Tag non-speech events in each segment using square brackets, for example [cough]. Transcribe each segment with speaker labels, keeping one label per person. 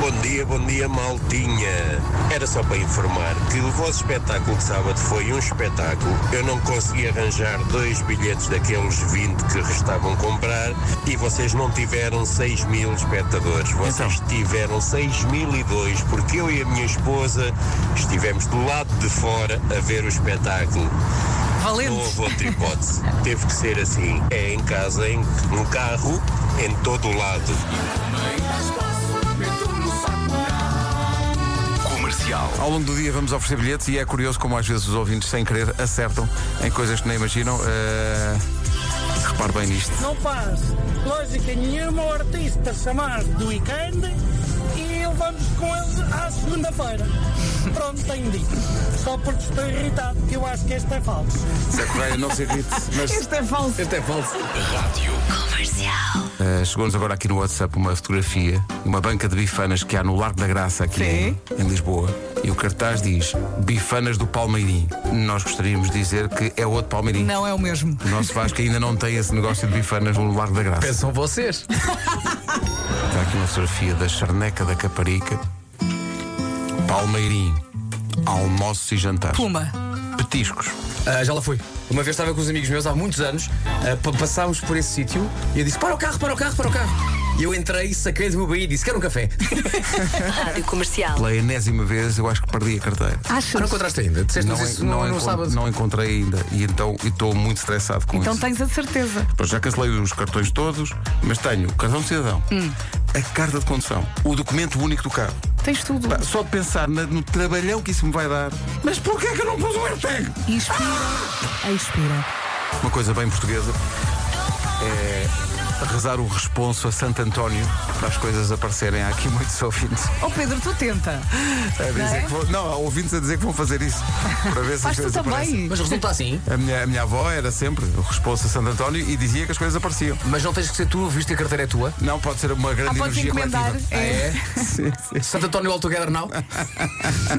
Speaker 1: Bom dia, bom dia, maltinha. Era só para informar que o vosso espetáculo de sábado foi um espetáculo. Eu não consegui arranjar dois bilhetes daqueles 20 que restavam comprar e vocês não tiveram 6 mil espectadores. Vocês tiveram 6 mil e dois, porque eu e a minha esposa estivemos do lado de fora a ver o espetáculo. Não
Speaker 2: Valente.
Speaker 1: houve outra hipótese. Teve que ser assim. É em casa, em, no carro, em todo o lado.
Speaker 3: Comercial.
Speaker 4: Ao longo do dia vamos oferecer bilhetes e é curioso como às vezes os ouvintes sem querer acertam em coisas que nem imaginam. Eh, repare bem nisto.
Speaker 5: Não faz lógica nenhuma o artista chamar do weekend e levamos com eles à segunda-feira. Pronto, tenho dito. Só porque estou irritado, que eu acho que este é falso.
Speaker 4: Zé Correia, não se irrite, mas
Speaker 2: Isto é falso.
Speaker 4: este é falso. Eh, Chegou-nos agora aqui no WhatsApp uma fotografia de uma banca de bifanas que há no Largo da Graça aqui em,
Speaker 2: Sim.
Speaker 4: em Lisboa. E o cartaz diz Bifanas do Palmeirim. Nós gostaríamos de dizer que é outro Palmeirim.
Speaker 2: Não é o mesmo.
Speaker 4: O nosso Vasco ainda não tem esse negócio de bifanas no Largo da Graça.
Speaker 6: Pensam vocês.
Speaker 4: Está aqui uma fotografia da charneca da Caparica, Palmeirim, almoços e jantares.
Speaker 2: Puma.
Speaker 4: Petiscos.
Speaker 6: Ah, já lá fui. Uma vez estava com uns amigos meus há muitos anos, ah, pa- passámos por esse sítio e eu disse: para o carro, para o carro, para o carro. E eu entrei, saquei do meu BI e disse: quero um café. [laughs]
Speaker 7: Rádio Comercial.
Speaker 4: Pela enésima vez eu acho que perdi a carteira.
Speaker 6: Ah, não
Speaker 2: Achas?
Speaker 6: encontraste ainda? Disseste-nos
Speaker 4: não,
Speaker 6: isso
Speaker 4: en-
Speaker 6: no,
Speaker 4: não
Speaker 6: no
Speaker 4: encon-
Speaker 6: sábado.
Speaker 4: não encontrei ainda e então e estou muito estressado com
Speaker 2: Então
Speaker 4: isso.
Speaker 2: tens a certeza.
Speaker 4: Pois já cancelei os cartões todos, mas tenho o cartão de cidadão, a carta de condução, o documento único do carro.
Speaker 2: Tens tudo.
Speaker 4: Pá, Só de pensar na- no trabalhão que isso me vai dar. Mas porquê que eu não pus um o AirTag?
Speaker 2: Inspira. Expira.
Speaker 4: Uma coisa bem portuguesa é rezar o responso a Santo António para as coisas aparecerem. Há aqui muitos ouvintes
Speaker 2: Oh Pedro, tu tenta.
Speaker 4: a dizer
Speaker 2: é?
Speaker 4: que vão, não, há ouvintes a dizer que vão fazer isso para ver se
Speaker 2: Faz
Speaker 4: as
Speaker 2: tu
Speaker 4: coisas aparecem.
Speaker 2: também.
Speaker 6: Mas resulta assim.
Speaker 4: A minha, a minha avó era sempre o responso a Santo António e dizia que as coisas apareciam.
Speaker 6: Mas não tens que ser tu, visto que a carteira é [laughs] tua.
Speaker 4: Não pode ser uma
Speaker 2: Ah,
Speaker 4: grande
Speaker 2: podes
Speaker 4: energia
Speaker 2: encomendar.
Speaker 4: coletiva. Ah,
Speaker 2: É.
Speaker 4: Sim, sim.
Speaker 6: Santo António All Together Now.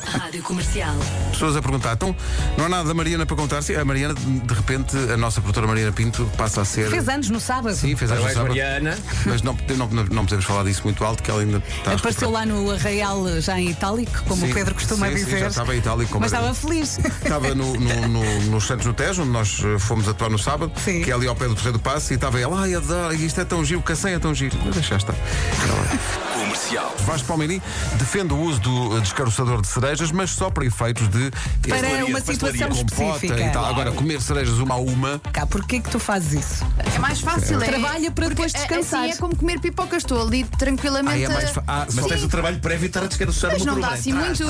Speaker 7: Rádio Comercial.
Speaker 4: Pessoas a perguntar, então não há nada da Mariana para contar? Sim, a Mariana, de repente, a nossa produtora Mariana Pinto passa a ser.
Speaker 2: Fez anos no sábado.
Speaker 4: Sim, fez anos no
Speaker 6: Parabéns,
Speaker 4: sábado.
Speaker 6: Mariana.
Speaker 4: Mas não, não, não podemos falar disso muito alto, que ela ainda está. a
Speaker 2: Apareceu
Speaker 4: recuperar.
Speaker 2: lá no Arraial, já em itálico, como
Speaker 4: Sim,
Speaker 2: o Pedro costuma
Speaker 4: sim, sim,
Speaker 2: dizer.
Speaker 4: já estava em itálico, como
Speaker 2: Mas
Speaker 4: era.
Speaker 2: estava feliz.
Speaker 4: Estava no, no, no, nos Santos no Tejo, onde nós eh, fomos atuar no sábado,
Speaker 2: Sim.
Speaker 4: que é ali ao pé do Terreiro do Passo, e estava ela, ai, adoro, isto é tão giro, que a senha é tão giro. Mas deixa estar.
Speaker 3: Comercial.
Speaker 4: é. Vasco Palmeirim defende o uso do eh, descaroçador de cerejas, mas só para efeitos de
Speaker 2: Para uma
Speaker 3: pastelaria
Speaker 2: situação
Speaker 4: compota e tal.
Speaker 2: específica.
Speaker 4: Agora, comer cerejas uma a uma,
Speaker 2: Cá, porquê que tu fazes isso?
Speaker 8: É mais fácil, é.
Speaker 2: Trabalha para depois
Speaker 8: Porque,
Speaker 2: descansar.
Speaker 8: Assim é como comer pipocas, estou ali tranquilamente.
Speaker 4: aí é mais.
Speaker 8: a-
Speaker 4: fa- Ah, só-
Speaker 3: Mas tens o trabalho prévio de estar a descansar
Speaker 8: Mas
Speaker 3: no
Speaker 8: não dá assim muito.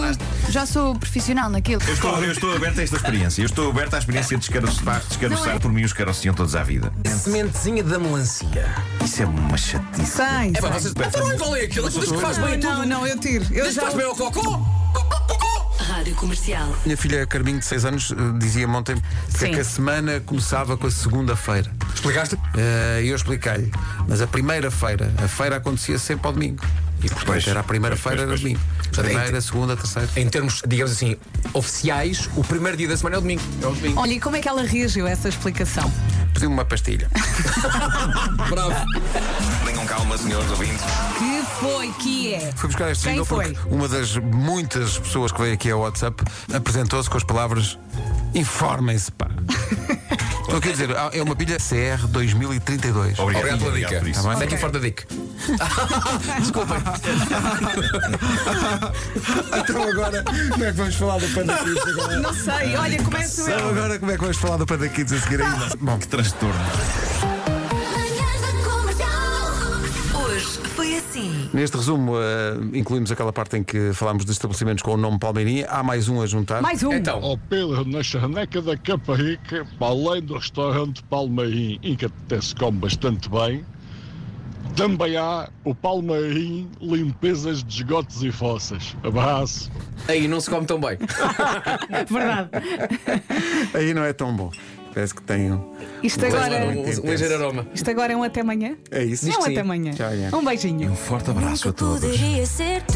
Speaker 8: Já sou profissional naquilo.
Speaker 3: Eu estou, eu estou aberto a esta experiência. Eu estou aberto à experiência de descaroçar. descaroçar. Por mim, os caras tinham todos à vida.
Speaker 6: Sementezinha da melancia.
Speaker 3: Isso é uma chatice.
Speaker 2: Sai,
Speaker 6: É pá,
Speaker 2: sai.
Speaker 6: vocês. Então não enrolei aquilo. Tu diz que faz bem a
Speaker 2: não,
Speaker 6: tudo.
Speaker 2: não, eu tiro. Eu
Speaker 6: Diz que
Speaker 2: já...
Speaker 6: faz bem ao cocô. Cocô, cocô.
Speaker 7: Rádio Comercial.
Speaker 4: Minha filha Carminho, de 6 anos, eh, dizia-me ontem que, é
Speaker 2: Sim.
Speaker 4: que a semana começava com a segunda-feira.
Speaker 6: Explicaste?
Speaker 4: Eh, E eu expliquei-lhe. Mas a primeira feira, a feira acontecia sempre ao domingo. E portanto
Speaker 3: Pois,
Speaker 4: era a primeira
Speaker 3: pois,
Speaker 4: feira,
Speaker 3: pois,
Speaker 4: era
Speaker 3: pois.
Speaker 4: domingo. Primeira, segunda, terceira.
Speaker 6: Em termos, digamos assim, oficiais, o primeiro dia da semana é o domingo. É o domingo.
Speaker 2: Olha, e como é que ela reagiu a essa explicação?
Speaker 4: Pedi-me uma pastilha.
Speaker 6: Bravo.
Speaker 3: Tenham calma, senhores ouvintes.
Speaker 2: Que foi que é?
Speaker 4: Fui buscar este
Speaker 2: Quem
Speaker 4: jingle
Speaker 2: foi?
Speaker 4: porque uma das muitas pessoas que veio aqui ao WhatsApp apresentou-se com as palavras informem-se, [laughs] pá. Estou aqui a dizer, ah, é uma pilha CR 2032.
Speaker 6: Obrigado pela dica.
Speaker 3: por isso.
Speaker 4: Tá bem?
Speaker 6: Thank you for
Speaker 4: [laughs]
Speaker 6: the dick. Desculpem.
Speaker 4: Então agora, como é que vamos falar do Panda Kids agora?
Speaker 2: Não sei, olha, começo eu.
Speaker 4: Então agora, como é que vamos falar do Panda Kids a seguir ainda? Bom,
Speaker 3: Que transtorno.
Speaker 7: Hoje foi assim.
Speaker 4: neste resumo, eh, incluímos aquela parte em que falámos de estabelecimentos com o nome Palmeirinha. Há mais um a juntar.
Speaker 2: Mais um.
Speaker 6: Então,
Speaker 9: Ó Pedro, na charneca da Caparica, para além do restaurante Palmeirim, em que até se come bastante bem, também há o Palmeirim Limpezas de Esgotos e Fossas. Abraço.
Speaker 6: aí não se come tão bem.
Speaker 4: Aí não é tão bom. Parece que tem um.
Speaker 2: Isto
Speaker 4: Não,
Speaker 2: agora,
Speaker 4: não.
Speaker 6: Um, um ligeiro aroma.
Speaker 2: isto agora é um até amanhã?
Speaker 4: É isso.
Speaker 2: É um
Speaker 4: Diz que
Speaker 2: até
Speaker 4: sim.
Speaker 2: amanhã.
Speaker 4: Tchau, Ian.
Speaker 2: Um beijinho.
Speaker 3: Um forte abraço a todos.
Speaker 7: Poderia ser tu.